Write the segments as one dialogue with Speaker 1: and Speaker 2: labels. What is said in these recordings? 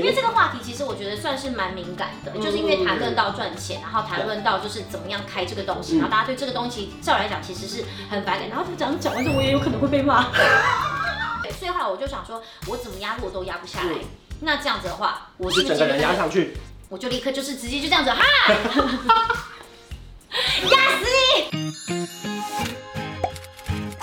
Speaker 1: 因为这个话题其实我觉得算是蛮敏感的，就是因为谈论到赚钱，然后谈论到就是怎么样开这个东西，然后大家对这个东西照来讲其实是很反感，然后就讲讲完之后我也有可能会被 骂。对所以后来我就想说，我怎么压我都压不下来。那这样子的话，我
Speaker 2: 我
Speaker 1: 是
Speaker 2: 就
Speaker 1: 不是
Speaker 2: 整个人压上去。
Speaker 1: 我就立刻就是直接就这样子，哈，压死你！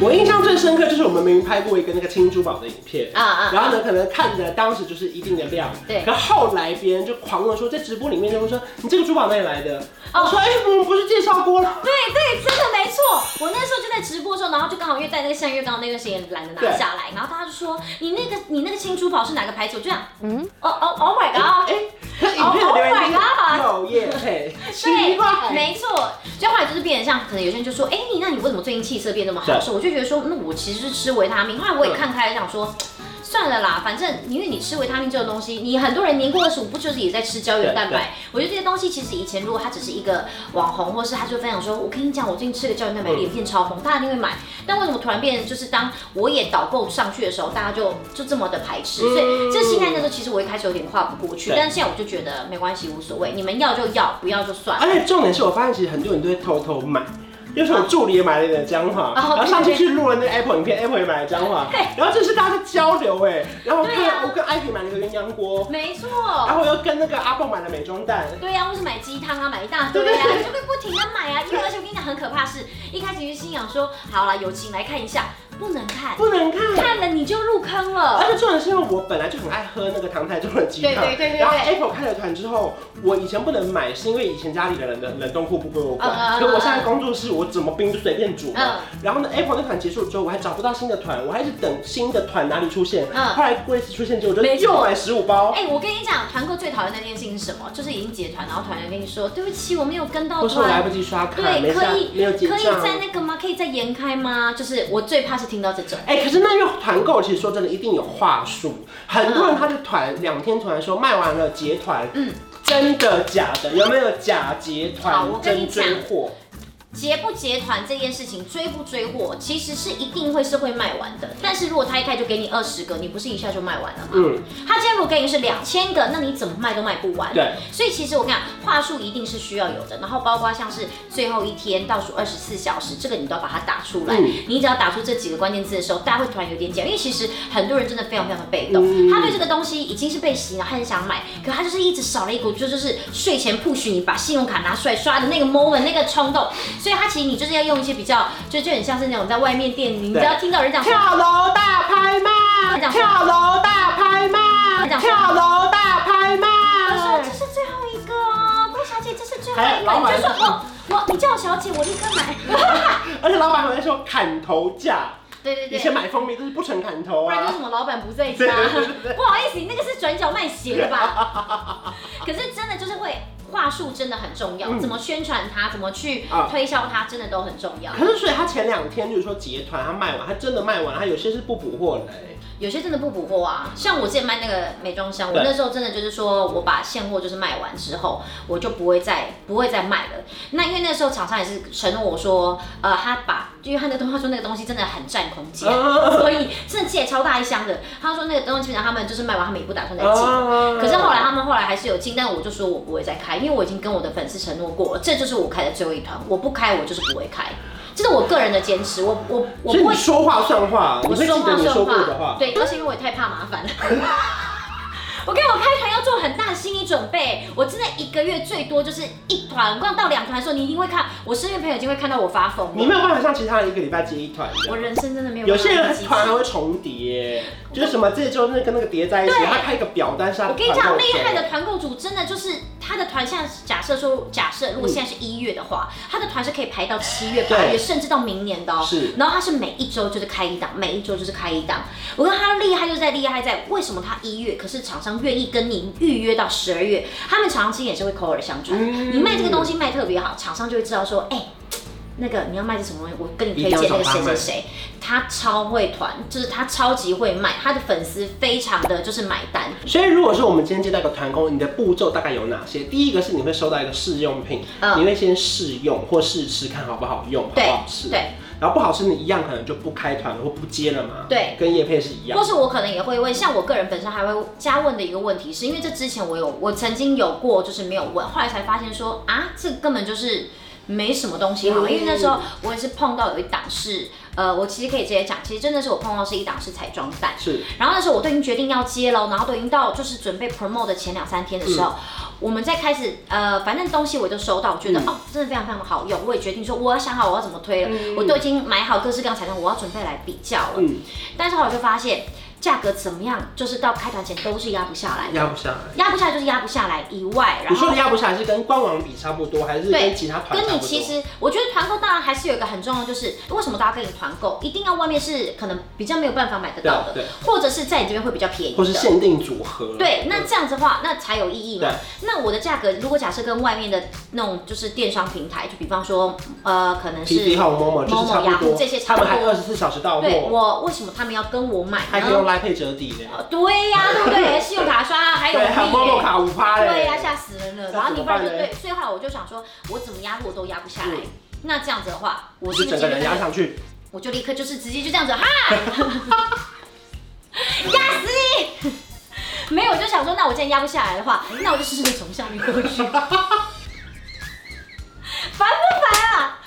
Speaker 2: 我印象最深刻就是我们明明拍过一个那个青珠宝的影片。
Speaker 1: 啊啊！
Speaker 2: 然后呢，可能看着当时就是一定的量，
Speaker 1: 对
Speaker 2: 可后来别人就狂问说，在直播里面就会说，你这个珠宝哪里来的？
Speaker 1: 哦
Speaker 2: 我说，哎、我们不是介绍过了？
Speaker 1: 对对，哎真的没错。我那时候就在直播的时候，然后就刚好因为在那个向月刚好那段时间懒得拿下来，然后大家就说你那个你那个青珠宝是哪个牌子？我就想，嗯，哦哦，Oh my god！
Speaker 2: 哎、那影片的留言哦就是
Speaker 1: Oh my god
Speaker 2: 有叶配，奇
Speaker 1: 对，
Speaker 2: 怪。
Speaker 1: 没错。所以后来就是变得像，可能有些人就说，哎、你那你为什么最近气色变那么好
Speaker 2: 对
Speaker 1: 受？我就觉得说，那我其实是吃维他命。后来我也看开了，想说。算了啦，反正因为你吃维他命这个东西，你很多人年过二十五不就是也在吃胶原蛋
Speaker 2: 对对
Speaker 1: 白？我觉得这些东西其实以前如果他只是一个网红，或是他就分享说，我跟你讲，我最近吃了胶原蛋白，
Speaker 2: 嗯
Speaker 1: 脸变超红，大家一定会买。但为什么突然变，就是当我也导购上去的时候，大家就就这么的排斥？所以这心态那时候其实我一开始有点跨不过去，
Speaker 2: 对
Speaker 1: 但是现在我就觉得没关系，无所谓，你们要就要，不要就算了。
Speaker 2: 而且重点是我发现，其实很多人都会偷偷买。就是我助理也买了点姜
Speaker 1: 哦
Speaker 2: 黄，然后上次去录了那个 Apple 影片，Apple 也买了姜黄
Speaker 1: 对，
Speaker 2: 然后这是大家在交流哎，然后我跟
Speaker 1: 对啊
Speaker 2: 我跟 Ivy 买了个鸳鸯锅，
Speaker 1: 没错，
Speaker 2: 然后我又跟那个阿豹买了美妆蛋，
Speaker 1: 对呀、或是买鸡汤啊，买一大堆啊，你就会不停的买啊。因为而且我跟你讲，很可怕是，一开始就心想说，好啦，友情来看一下，不能看，
Speaker 2: 不能看。
Speaker 1: 看了你就入坑
Speaker 2: 而
Speaker 1: 了。
Speaker 2: 且重点是因为我本来就很爱喝那个唐太宗的鸡汤，
Speaker 1: 对对对对对
Speaker 2: 然后 Apple 开了团之后，我以前不能买，是因为以前家里的人的冷冻库不归我管
Speaker 1: 嗯嗯嗯，
Speaker 2: 可我现在工作室我怎么冰就随便煮嘛
Speaker 1: 嗯。
Speaker 2: 然后呢，Apple 那团结束之后，我还找不到新的团，我还一直等新的团哪里出现。
Speaker 1: 嗯
Speaker 2: 后来贵司出现之后，我就
Speaker 1: 没错
Speaker 2: 又买十五包。
Speaker 1: 哎、我跟你讲，团购最讨厌那件事情是什么？就是已经结团，然后团员跟你说，对不起，我没有跟到
Speaker 2: 或是我来
Speaker 1: 团。
Speaker 2: 不及刷卡，没
Speaker 1: 哦对，
Speaker 2: 事
Speaker 1: 可
Speaker 2: 啊，没有
Speaker 1: 以
Speaker 2: 结
Speaker 1: 可以
Speaker 2: 账。
Speaker 1: 再那个吗？可以再延开吗？就是我最怕是听到这种。
Speaker 2: 哎、可是那个团购其实说真的一定有话术，很多人他就团两天突然说卖完了结团，
Speaker 1: 嗯
Speaker 2: 嗯，真的假的？有没有假结
Speaker 1: 好
Speaker 2: 团
Speaker 1: 我跟你
Speaker 2: 真
Speaker 1: 讲
Speaker 2: 追货？
Speaker 1: 结不结团这件事情，追不追货，其实是一定会是会卖完的。但是如果他一开就给你二十个，你不是一下就卖完了吗？
Speaker 2: 嗯，
Speaker 1: 他今天如果给你是两千个，那你怎么卖都卖不完。
Speaker 2: 对，
Speaker 1: 所以其实我跟你讲，话术一定是需要有的，然后包括像是最后一天倒数二十四小时，这个你都要把它打出来。
Speaker 2: 嗯
Speaker 1: 你只要打出这几个关键字的时候，大家会突然有点讲，因为其实很多人真的非常非常的被动，
Speaker 2: 嗯
Speaker 1: 他对这个东西已经是被洗脑，他很想买，可他就是一直少了一股，就就是睡前 push 你把信用卡拿出来刷的那个 moment 那个冲动，所以他其实你就是要用一些比较，就就很像是那种在外面店，你只要听到有人讲 说。
Speaker 2: 跳楼大拍卖，
Speaker 1: 讲
Speaker 2: 跳楼大拍卖，
Speaker 1: 讲
Speaker 2: 跳楼大拍
Speaker 1: 他说
Speaker 2: 卖
Speaker 1: 啊这。是最后一个哦，郭小姐，这是最后
Speaker 2: 还
Speaker 1: 一
Speaker 2: 有
Speaker 1: 个，
Speaker 2: 老板
Speaker 1: 你就说哦，我你叫我小姐，我立刻买。
Speaker 2: 而且老板还会说砍头价，
Speaker 1: 对对
Speaker 2: 以
Speaker 1: 对，
Speaker 2: 前买蜂蜜都是不成砍头
Speaker 1: 不然为
Speaker 2: 啊
Speaker 1: 什。么老板不在家
Speaker 2: 对？对 对对
Speaker 1: 不好意思，你那个是转角卖鞋的吧？ 可是真的就是会话术真的很重要，
Speaker 2: 嗯
Speaker 1: 怎么宣传它，怎么去
Speaker 2: 啊
Speaker 1: 推销它，真的都很重要。
Speaker 2: 可是所以他前两天就是说结团，他卖完，他真的卖完，他有些是不补货的、欸。
Speaker 1: 有些真的不补货啊，像我之前卖那个美妆箱，我
Speaker 2: 对
Speaker 1: 那时候真的就是说我把现货就是卖完之后，我就不会再不会再卖了。那因为那时候厂商也是承诺我说，呃，他把，因为他那个东西他说那个东西真的很占空间，
Speaker 2: 啊
Speaker 1: 所以真的寄来超大一箱的。他说那个东西基本上他们就是卖完，他们也不打算再进。
Speaker 2: 啊
Speaker 1: 可是后来他们后来还是有进，但我就说我不会再开，因为我已经跟我的粉丝承诺过了，这就是我开的最后一团，我不开我就是不会开，这是我个人的坚持，我我我
Speaker 2: 所以
Speaker 1: 不
Speaker 2: 你
Speaker 1: 会
Speaker 2: 说话算话，你会记得你说过的话。
Speaker 1: 对，而且因为我也太怕麻烦了。我跟我开团要做很大的心理准备，我真的一个月最多就是一团，逛到两团的时候，你一定会看，我身边朋友已经会看到我发疯
Speaker 2: 你
Speaker 1: 了。
Speaker 2: 没有办法像其他人一个礼拜接一团
Speaker 1: 我
Speaker 2: 的。
Speaker 1: 人生真的没有
Speaker 2: 有
Speaker 1: 办法
Speaker 2: 些人
Speaker 1: 那么
Speaker 2: 还
Speaker 1: 积极。
Speaker 2: 团还会重叠，就是什么这周那跟那个叠在一起
Speaker 1: 对，
Speaker 2: 他开一个表单是他
Speaker 1: 我
Speaker 2: 的
Speaker 1: 跟你讲，
Speaker 2: 团购
Speaker 1: 厉害
Speaker 2: 的
Speaker 1: 的团购主真的就是他的团，像假设说，假设如果现在是一月的话，他的团是可以排到七月、八月，
Speaker 2: 嗯对
Speaker 1: 甚至到明年的哦。
Speaker 2: 是
Speaker 1: 然后他是每一周就是开一档，每一周就是开一档。我跟他厉害就在厉害在为什么他一月，可是厂商愿意跟你预约到十二月，他们厂商其实也是会口耳相传，
Speaker 2: 嗯
Speaker 1: 你卖这个东西卖特别好，厂商就会知道说，哎、那个你要卖这什么东西，我跟你推荐那个谁谁谁，他超会团，就是他超级会卖，他的粉丝非常的就是买单。
Speaker 2: 所以如果说我们今天接到一个团购，你的步骤大概有哪些？第一个是你会收到一个试用品，
Speaker 1: 嗯
Speaker 2: 你会先试用或试吃看好不好用，好不
Speaker 1: 对
Speaker 2: 好吃。
Speaker 1: 对。
Speaker 2: 然后不好吃，你一样可能就不开团了或不接了嘛。
Speaker 1: 对，
Speaker 2: 跟叶配是一样
Speaker 1: 或。是我可能也会问，像我个人本身还会加问的一个问题是，因为这之前我有我曾经有过，就是没有问，后来才发现说啊，这根本就是。没什么东西好玩，
Speaker 2: 嗯
Speaker 1: 因为那时候我也是碰到有一档是，呃，我其实可以直接讲，其实真的是我碰到是一档是彩妆蛋，
Speaker 2: 是，
Speaker 1: 然后那时候我都已经决定要接了，然后都已经到就是准备 promo 的前两三天的时候，
Speaker 2: 嗯
Speaker 1: 我们在开始呃，反正东西我都收到，我觉得、
Speaker 2: 嗯
Speaker 1: 哦，真的非常非常好用，我也决定说我要想好我要怎么推了，
Speaker 2: 嗯
Speaker 1: 我都已经买好各式各样的彩妆，我要准备来比较了。
Speaker 2: 嗯，
Speaker 1: 但是后来就发现价格怎么样，就是到开团前都是压不下来，
Speaker 2: 压不下来。
Speaker 1: 压不下来就是压不下来以外，然
Speaker 2: 你说
Speaker 1: 后
Speaker 2: 的。压不下来是跟官网比差不多，还是
Speaker 1: 对
Speaker 2: 跟其他团差不
Speaker 1: 跟
Speaker 2: 多？
Speaker 1: 你其实，我觉得团购当然还是有一个很重要，就是为什么大家跟你团购，一定要外面是可能比较没有办法买得到的
Speaker 2: 对对，啊
Speaker 1: 或者是在你这边会比较便宜的，
Speaker 2: 或是限定组合。
Speaker 1: 对，那这样子的话，那才有意义嘛
Speaker 2: 对。
Speaker 1: 那我的价格，如果假设跟外面的那种就是电商平台，就比方说，呃，可能
Speaker 2: T D
Speaker 1: 是
Speaker 2: 号、某某就是
Speaker 1: 某
Speaker 2: 差
Speaker 1: 某
Speaker 2: 不
Speaker 1: 呀
Speaker 2: 多，
Speaker 1: 这些差
Speaker 2: 他
Speaker 1: 不多
Speaker 2: 们还二十四小时到货，
Speaker 1: 对我为什么他们要跟我买
Speaker 2: 还可以用
Speaker 1: 呢？
Speaker 2: 来配折抵的，
Speaker 1: 呃对呀、对不对？ 信用卡刷还有
Speaker 2: 对，还有某
Speaker 1: 利
Speaker 2: 某
Speaker 1: 耶
Speaker 2: 卡五趴嘞，
Speaker 1: 对呀、吓死人了。
Speaker 2: 那
Speaker 1: 然后你
Speaker 2: 怎么
Speaker 1: 不然
Speaker 2: 办
Speaker 1: 就
Speaker 2: 呢
Speaker 1: 对，所以后来我就想说，我怎么压货都压不下来。
Speaker 2: 嗯
Speaker 1: 那这样子的话，我
Speaker 2: 我
Speaker 1: 是
Speaker 2: 就
Speaker 1: 不是
Speaker 2: 整
Speaker 1: 今
Speaker 2: 个
Speaker 1: 天
Speaker 2: 人
Speaker 1: 就
Speaker 2: 压上去，
Speaker 1: 我就立刻就是直接就这样子，哈，压死你！ 没有，我就想说，那我既然压不下来的话，那我就试着从下面 过去。烦不烦啊？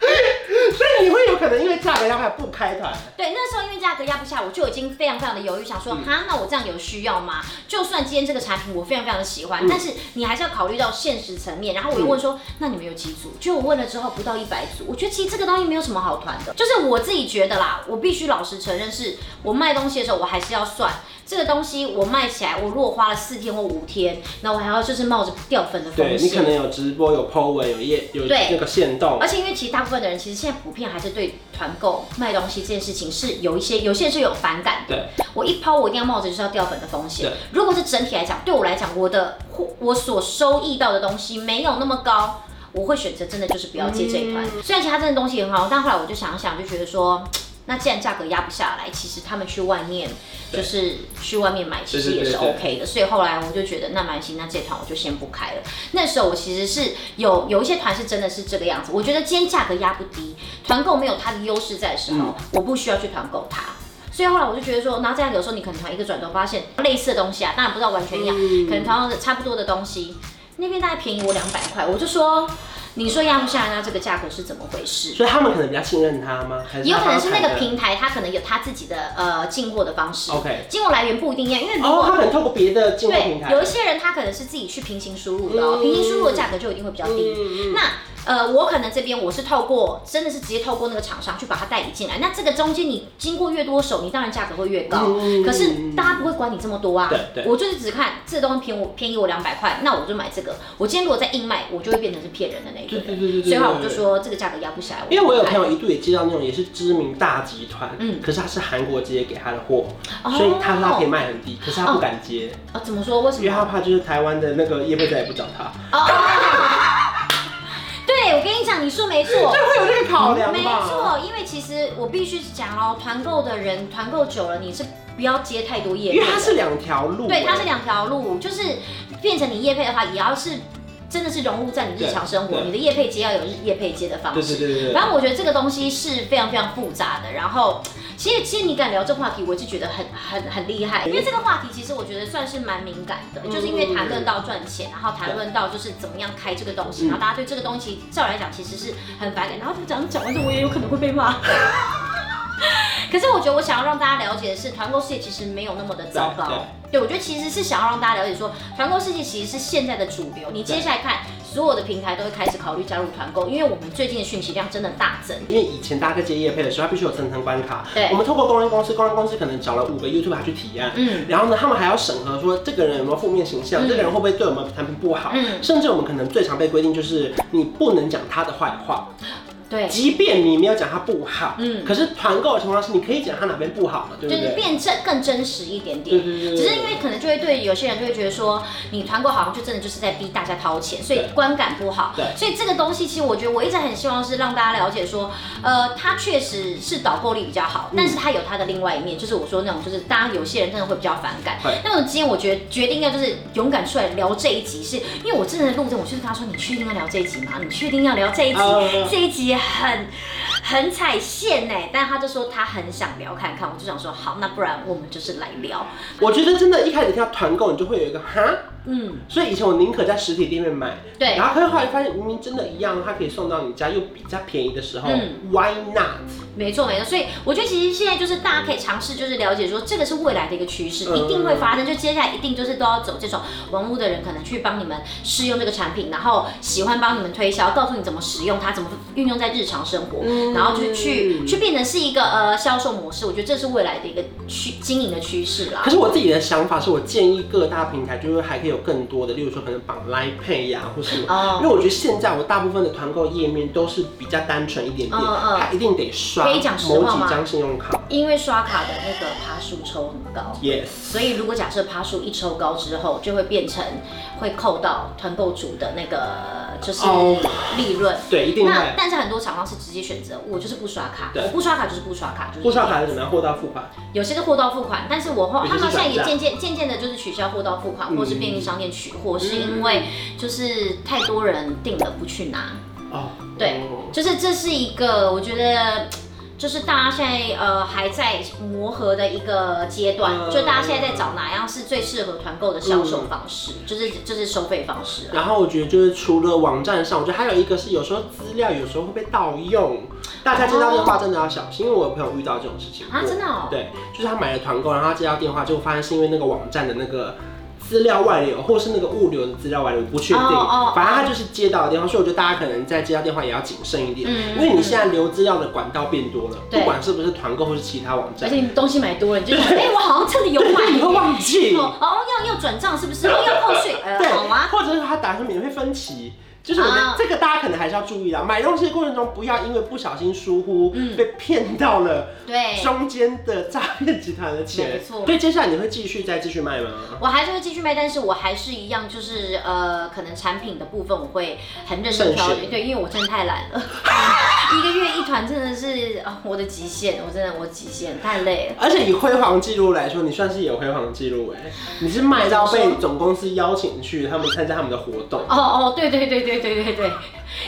Speaker 2: 所以你会有可能因为价格要不要不开团，
Speaker 1: 对，那时候因为价格压不下，我就已经非常非常的犹豫，想
Speaker 2: 嗯
Speaker 1: 说，哈，那我这样有需要吗？就算今天这个产品我非常非常的喜欢，
Speaker 2: 嗯
Speaker 1: 但是你还是要考虑到现实层面。然后我又问说，那你们有几组？就我问了之后不到一百组，我觉得其实这个东西没有什么好团的，就是我自己觉得啦，我必须老实承认是，我卖东西的时候我还是要算。这个东西我卖起来，我如果花了四天或五天，那我还要就是冒着掉粉的风
Speaker 2: 对你可
Speaker 1: 险。
Speaker 2: 能有直播、有 po 文、有页、有
Speaker 1: 对
Speaker 2: 那个限动
Speaker 1: 而，且因为其实大部分的人其实现在普遍还是对团购卖东西这件事情是有一些，有些人是有反感的。
Speaker 2: 对，
Speaker 1: 我一抛，我一定要冒着就是要掉粉的风险
Speaker 2: 对。
Speaker 1: 如果是整体来讲，对我来讲，我的我所收益到的东西没有那么高，我会选择真的就是不要接这一团。虽然其他真的东西很好，但后来我就想一想，就觉得说。那既然价格压不下来，其实他们去外面
Speaker 2: 对
Speaker 1: 就是去外面买，其实
Speaker 2: 对对
Speaker 1: 也是
Speaker 2: 对对
Speaker 1: OK 的，所以后来我就觉得那蛮行，那这团我就先不开了。那时候我其实是有有一些团是真的是这个样子，我觉得今天价格压不低，团购没有它的优势在的时候，
Speaker 2: 嗯
Speaker 1: 我不需要去团购它。所以后来我就觉得说，然后这样有时候你可能团一个转头发现类似的东西啊，当然不知道完全一样，
Speaker 2: 嗯
Speaker 1: 可能团的差不多的东西，那边大概便宜我两百块，我就说，你说压不下来，那这个价格是怎么回事？
Speaker 2: 所以他们可能比较信任他吗？还是
Speaker 1: 也有可能是那个
Speaker 2: 平
Speaker 1: 平台，它可能有它自己的呃进货的方式
Speaker 2: OK
Speaker 1: 进货来源不一定一样，因为如
Speaker 2: 哦
Speaker 1: 果，
Speaker 2: 他可能透过别的进货平
Speaker 1: 对，
Speaker 2: 台，
Speaker 1: 有一些人他可能是自己去平行输入的、哦，
Speaker 2: 嗯
Speaker 1: 平行输入的价格就一定会比较低。
Speaker 2: 嗯嗯
Speaker 1: 那呃，我可能这边我是透过，真的是直接透过那个厂商去把它代理进来。那这个中间你经过越多手，你当然价格会越高。
Speaker 2: 嗯
Speaker 1: 可是大家不会管你这么多啊。
Speaker 2: 对对
Speaker 1: 我就是只看这东西便宜我便宜我两百块，那我就买这个。我今天如果再硬卖，我就会变成是骗人的那个
Speaker 2: 对对
Speaker 1: 人。
Speaker 2: 对对对，
Speaker 1: 所以
Speaker 2: 对
Speaker 1: 话我就，说这个价格压不下来。
Speaker 2: 对因为我有朋
Speaker 1: 友，
Speaker 2: 友一度也接到那种也是知名大集团，
Speaker 1: 嗯
Speaker 2: 可是他是韩国直接给他的货，所以他说他可以
Speaker 1: 哦
Speaker 2: 卖很低，可是他不敢接，
Speaker 1: 哦，怎么说？为什
Speaker 2: 因为他
Speaker 1: 么？
Speaker 2: 怕就是台湾的那个业配再也不找他，
Speaker 1: 哦， 对，我跟你讲，你说没错。
Speaker 2: 这 会有这个考量吧？
Speaker 1: 没错，因为其实我必须讲哦，团购的人团购久了，你是不要接太多业
Speaker 2: 因
Speaker 1: 配
Speaker 2: 为它
Speaker 1: 的，
Speaker 2: 是两条路，
Speaker 1: 对，它是两条路，就是变成你业配的话，也要是真的是融入在你日常生活，
Speaker 2: 对对
Speaker 1: 你的业配接要有业配接的方
Speaker 2: 对
Speaker 1: 式
Speaker 2: 对。对对对，
Speaker 1: 反正我觉得这个东西是非常非常复杂的。然后，其实其实你敢聊这话题，我就觉得很很很厉害，因为这个话题其实我觉得算是蛮敏感的，
Speaker 2: 嗯
Speaker 1: 就是因为谈论到赚钱，然后谈论到就是怎么样开这个东西，
Speaker 2: 嗯
Speaker 1: 然后大家对这个东西，照理来讲其实是很反感，然后就讲讲完之后，我也有可能会被 骂。可是我觉得我想要让大家了解的是，团购事业其实没有那么的糟糕
Speaker 2: 对。
Speaker 1: 对，我觉得其实是想要让大家了解说，团购世界其实是现在的主流。你接下来看，所有的平台都会开始考虑加入团购，因为我们最近的讯息量真的大增。
Speaker 2: 因为以前大家在接业配的时候，它必须有层层关卡。
Speaker 1: 对
Speaker 2: 我们透过公关公司，公关公司可能找了五个 YouTube 去提案，
Speaker 1: 嗯，
Speaker 2: 然后呢，他们还要审核说这个人有没有负面形象，
Speaker 1: 嗯
Speaker 2: 这个人会不会对我们产品不好，
Speaker 1: 嗯
Speaker 2: 甚至我们可能最常被规定就是你不能讲他的坏话，
Speaker 1: 对，
Speaker 2: 即便你没有讲他不好，
Speaker 1: 嗯
Speaker 2: 可是团购的情况是你可以讲他哪边不好嘛，对
Speaker 1: 就
Speaker 2: 不
Speaker 1: 是
Speaker 2: 对？
Speaker 1: 变真更真实一点
Speaker 2: 对
Speaker 1: 点。
Speaker 2: 对对对，
Speaker 1: 只是因为可能就会对有些人就会觉得说，你团购好像就真的就是在逼大家掏钱，所以
Speaker 2: 对
Speaker 1: 观感不好。
Speaker 2: 对
Speaker 1: 所以这个东西其实我觉得我一直很希望是让大家了解说，呃，它确实是导购力比较好，
Speaker 2: 嗯
Speaker 1: 但是它有它的另外一面，就是我说那种就是大家有些人真的会比较反感
Speaker 2: 会。
Speaker 1: 那种今天我觉得决定要就是勇敢出来聊这一集，是因为我真的路上我就是跟他说，你确定要聊这一集吗？你确定要聊这一集？
Speaker 2: 呃
Speaker 1: 这一集很很踩线哎、但他就说他很想聊看看，我就想说好，那不然我们就是来聊，
Speaker 2: 我觉得真的，一开始听到团购，你就会有一个哈，
Speaker 1: 嗯，
Speaker 2: 所以以前我宁可在实体店面买，
Speaker 1: 对
Speaker 2: 然后可是后来发现明明真的一样，它可以送到你家，又比较便宜的时候、
Speaker 1: 嗯
Speaker 2: w h y not？
Speaker 1: 没错没错，所以我觉得其实现在就是大家可以尝试，就是了解说这个是未来的一个趋势，
Speaker 2: 嗯
Speaker 1: 一定会发生。就接下来一定就是都要走这种网络的人可能去帮你们试用这个产品，然后喜欢帮你们推销，告诉你怎么使用它，怎么运用在日常生活，
Speaker 2: 嗯
Speaker 1: 然后就去去变成是一个呃销售模式。我觉得这是未来的一个趋经营的趋势啦
Speaker 2: 可。是我自己的想法是我建议各大平台就是还可以有更多的，例如说可能绑 Line Pay 呀、或什么。因
Speaker 1: 哦，
Speaker 2: 为我觉得现在我大部分的团购页面都是比较单纯一点点，
Speaker 1: 嗯嗯
Speaker 2: 它一定得刷
Speaker 1: 可
Speaker 2: 某
Speaker 1: 以讲实话吗
Speaker 2: 几张信用卡。
Speaker 1: 因为刷卡的那个趴数抽很高。
Speaker 2: Yes，
Speaker 1: 所以，如果假设趴数一抽高之后，就会变成会扣到团购组的那个就是
Speaker 2: 哦
Speaker 1: 利润。
Speaker 2: 对，一定会
Speaker 1: 那。但是很多厂商是直接选择我就是不刷卡，
Speaker 2: 对
Speaker 1: 我不刷卡就是不刷卡，就是
Speaker 2: 不刷卡是怎么样货到付款？
Speaker 1: 有些是货到付款，但是我后
Speaker 2: 有
Speaker 1: 他
Speaker 2: 些是
Speaker 1: 们现在也
Speaker 2: 转账
Speaker 1: 渐渐渐渐的就是取消货到付款，
Speaker 2: 嗯
Speaker 1: 或是便利商店取货，是因为就是太多人订了不去拿，
Speaker 2: 哦，
Speaker 1: 对
Speaker 2: 哦
Speaker 1: 就是这是一个我觉得。就是大家现在呃还在磨合的一个阶段，
Speaker 2: 嗯
Speaker 1: 就大家现在在找哪样是最适合团购的销售方式，就是就是收费方式啊。
Speaker 2: 然后我觉得就是除了网站上，我觉得还有一个是有时候资料有时候会被盗用，大家接到电话真的要小心，因为我有朋友遇到这种事情过
Speaker 1: 啊，真的哦，
Speaker 2: 对，就是他买了团购，然后他接到电话，就发现是因为那个网站的那个资料外流，或是那个物流的资料外流，我不确定。
Speaker 1: 哦哦
Speaker 2: 反正他就是接到了电话，所以我觉得大家可能在接到电话也要谨慎一点，
Speaker 1: 嗯
Speaker 2: 因为你现在留资料的管道变多了，
Speaker 1: 对
Speaker 2: 不管是不是团购或是其他网
Speaker 1: 而
Speaker 2: 站，
Speaker 1: 且你东西买多了，你就 想，哎、我好像真 的有
Speaker 2: 对
Speaker 1: 买
Speaker 2: 对，你
Speaker 1: 耶
Speaker 2: 会忘记。
Speaker 1: 哦哦，要要转账是不是？哦，要扣税，呃，
Speaker 2: 对
Speaker 1: 好吗？
Speaker 2: 或者是他打算免费分期，就是我觉
Speaker 1: 啊
Speaker 2: 得这个大家可能还是要注意啦。买东西的过程中，不要因为不小心疏忽、
Speaker 1: 嗯
Speaker 2: 被骗到了
Speaker 1: 对，
Speaker 2: 中间的诈骗集团的钱。
Speaker 1: 没错
Speaker 2: 所以接下来你会继续再继续卖吗？
Speaker 1: 我还是会继续卖，但是我还是一样，就是呃，可能产品的部分我会很认真
Speaker 2: 慎
Speaker 1: 挑
Speaker 2: 选
Speaker 1: 选，对，因为我真的太懒了， 一个月一团真的是啊、我的极限，我真的我极限太累了。
Speaker 2: 而且以辉煌记录来说，你算是有辉煌记录哎，你是卖到
Speaker 1: 怎么
Speaker 2: 被
Speaker 1: 说
Speaker 2: 总公司邀请去他们参加他们的活动。
Speaker 1: 哦哦，对对对对对对对，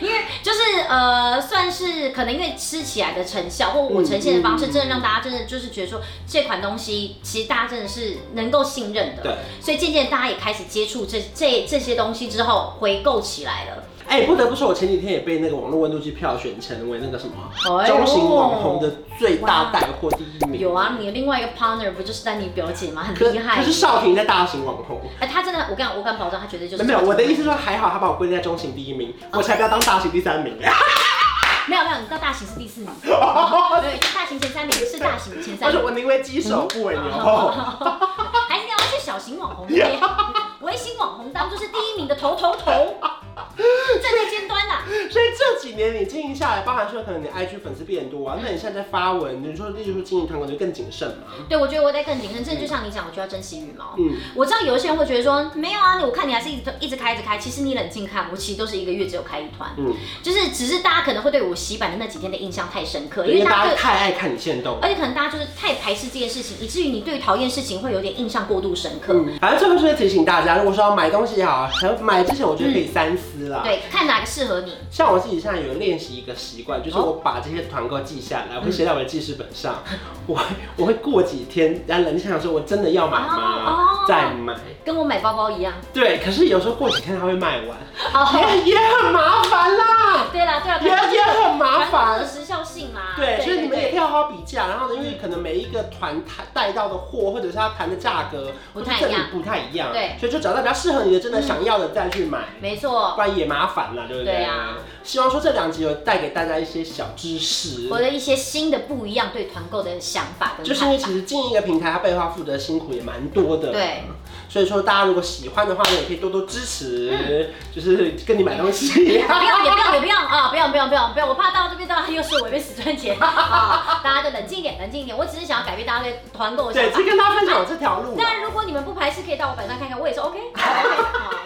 Speaker 1: 因为就是呃，算是可能因为吃起来的成效或我呈现的方式，真的让大家真的就是觉得说这款东西其实大家真的是能够信任的，
Speaker 2: 对，
Speaker 1: 所以渐渐大家也开始接触这这这些东西之后回购起来了。
Speaker 2: 哎、不得不说，我前几天也被那个网络温度计票选成为那个什么
Speaker 1: 哎呦
Speaker 2: 中型网红的最大带货第一名。
Speaker 1: 有啊，你的另外一个 partner 不就是丹妮表姐吗？很
Speaker 2: 可
Speaker 1: 厉害。
Speaker 2: 可是少平在大型网红。
Speaker 1: 哎，她真的，我敢，我敢保证，她绝对就是。哦
Speaker 2: 没有，我的意思，说还好他把我归类在中型第一名，我才不要当大型第三名。
Speaker 1: 没有没有，你到大型是第四名，对，大型前三名是大型前
Speaker 2: 我
Speaker 1: 三
Speaker 2: 说
Speaker 1: 名，
Speaker 2: 我宁为鸡首不为牛后。
Speaker 1: 哦还是你要去小型网红街，微型网红当就是第一名的头头头，站在尖端呐、
Speaker 2: 所以这几年你经营下来，包含说可能你 IG 粉丝变多啊，那你现在在发文，你说例如说经营团购你就更谨慎嘛。
Speaker 1: 对，我觉得我在更谨慎，真的就像你讲，我就要珍惜羽毛。
Speaker 2: 嗯，
Speaker 1: 我知道有一些人会觉得说，没有啊，你我看你还是一直一直开一直开。其实你冷静看，我其实都是一个月只有开一团，
Speaker 2: 嗯
Speaker 1: 就是只是大家可能会对我洗版的那几天的印象太深刻，
Speaker 2: 因为大家
Speaker 1: 对
Speaker 2: 太爱看你现动。
Speaker 1: 而且可能大家就是太排斥这件事情，以至于你对于讨厌事情会有点印象过度深刻。
Speaker 2: 嗯，反正最后就是提醒大家，如果说要买东西也好，啊还有买之前我觉得可以三思啦。
Speaker 1: 对，看哪个适合你。
Speaker 2: 像我自己现在有练习一个习惯，就是我把这些团购记下来，我会写在我的记事本上。我我会过几天，然后冷静想说，我真的要买
Speaker 1: 哦
Speaker 2: 吗
Speaker 1: 哦？
Speaker 2: 再买。
Speaker 1: 跟我买包包一 样。
Speaker 2: 对，可是有时候过几天它会卖完，
Speaker 1: 哦，
Speaker 2: 也也很麻烦啦，
Speaker 1: 对 啦对啦，
Speaker 2: 也也很麻
Speaker 1: 团购的
Speaker 2: 烦。
Speaker 1: 时效性嘛。
Speaker 2: 对，所以你们也可
Speaker 1: 对
Speaker 2: 以好好比价，然后呢，因为可能每一个团谈带到的货，或者是他谈的价格，
Speaker 1: 不太一
Speaker 2: 或者赠
Speaker 1: 样
Speaker 2: 品不太一样，
Speaker 1: 对嗯
Speaker 2: 所以就找到比较适合你的，真的想要的再去买，
Speaker 1: 没
Speaker 2: 不
Speaker 1: 错。
Speaker 2: 然也麻烦了，对不对？
Speaker 1: 对啊
Speaker 2: 希望说这两集有带给大家一些小知识
Speaker 1: 我，的一些新的不一样对团购的想法跟
Speaker 2: 就是因为其实经营一个平台，它背后要付的辛苦也蛮多的，
Speaker 1: 对，
Speaker 2: 所以说大家如果喜欢的话呢，也可以多多支持，就是跟你买东西。
Speaker 1: 嗯 不要也不要也不要啊！不要不要不要不要！我怕到这边到又是我违背死赚 钱啊！大家就冷静一点，冷静一点。我只是想要改变大家对团购的
Speaker 2: 对，
Speaker 1: 想法
Speaker 2: 就。跟大家分享我这条路。
Speaker 1: 当然，如果你们不排斥，可以到我本上看看，我也是 OK。好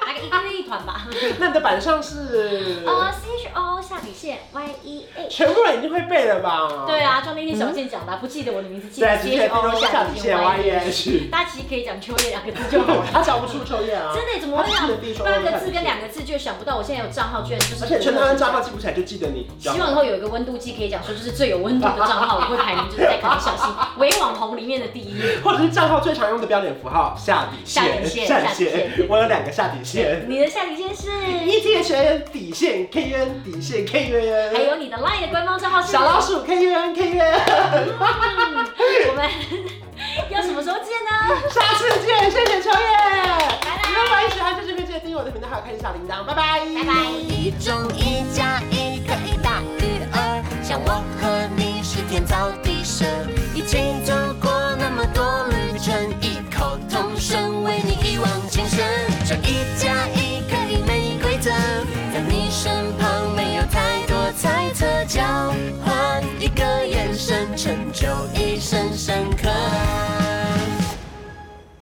Speaker 1: 大概一个月一团吧。
Speaker 2: 那你的板上是
Speaker 1: 呃，C H O 下下底线 Y E A。
Speaker 2: 全部人一定会背了吧？
Speaker 1: 对啊，就那天小健讲的啊，不记得我的名字，记
Speaker 2: 对，
Speaker 1: 得
Speaker 2: 直接
Speaker 1: J
Speaker 2: 丢
Speaker 1: O
Speaker 2: 下
Speaker 1: 下
Speaker 2: 底
Speaker 1: 底
Speaker 2: 线
Speaker 1: 线 Y
Speaker 2: Y
Speaker 1: E
Speaker 2: E
Speaker 1: A。
Speaker 2: H，
Speaker 1: 大家其实可以讲秋叶两个字就好 了。
Speaker 2: 他讲不出秋叶啊，
Speaker 1: 真的怎么会
Speaker 2: 他
Speaker 1: 啊
Speaker 2: 记得第一首？
Speaker 1: 八个字跟两个字就想不到，我现在有账号居然就是。
Speaker 2: 而且全台湾账号。记不起来就记得你，
Speaker 1: 希望以后有一个温度计可以讲说，就是最有温度的账号，我会排名就是在可能小 新伪网红里面的第一。
Speaker 2: 或者是账号最常用的标点符号下底线，
Speaker 1: 下底线
Speaker 2: 下
Speaker 1: 下底线
Speaker 2: 我有两个下底线。E
Speaker 1: 你的下底线 是，
Speaker 2: ETHN 底线 KN 底线 KN，
Speaker 1: 还有你的 LINE 的官方账号是
Speaker 2: 小老鼠 KN KN，
Speaker 1: 嗯我们 要什么时候见呢？
Speaker 2: 下次见，谢谢秋叶。
Speaker 1: 拜
Speaker 2: 如果你喜欢这支影片，记得订阅我的频道，还有开启小铃铛，拜拜，
Speaker 1: 拜拜。
Speaker 3: 一种一加一可以大于二，像我和你是天造地设，一起走过那么多旅程，异口同声为你一往情深。这一加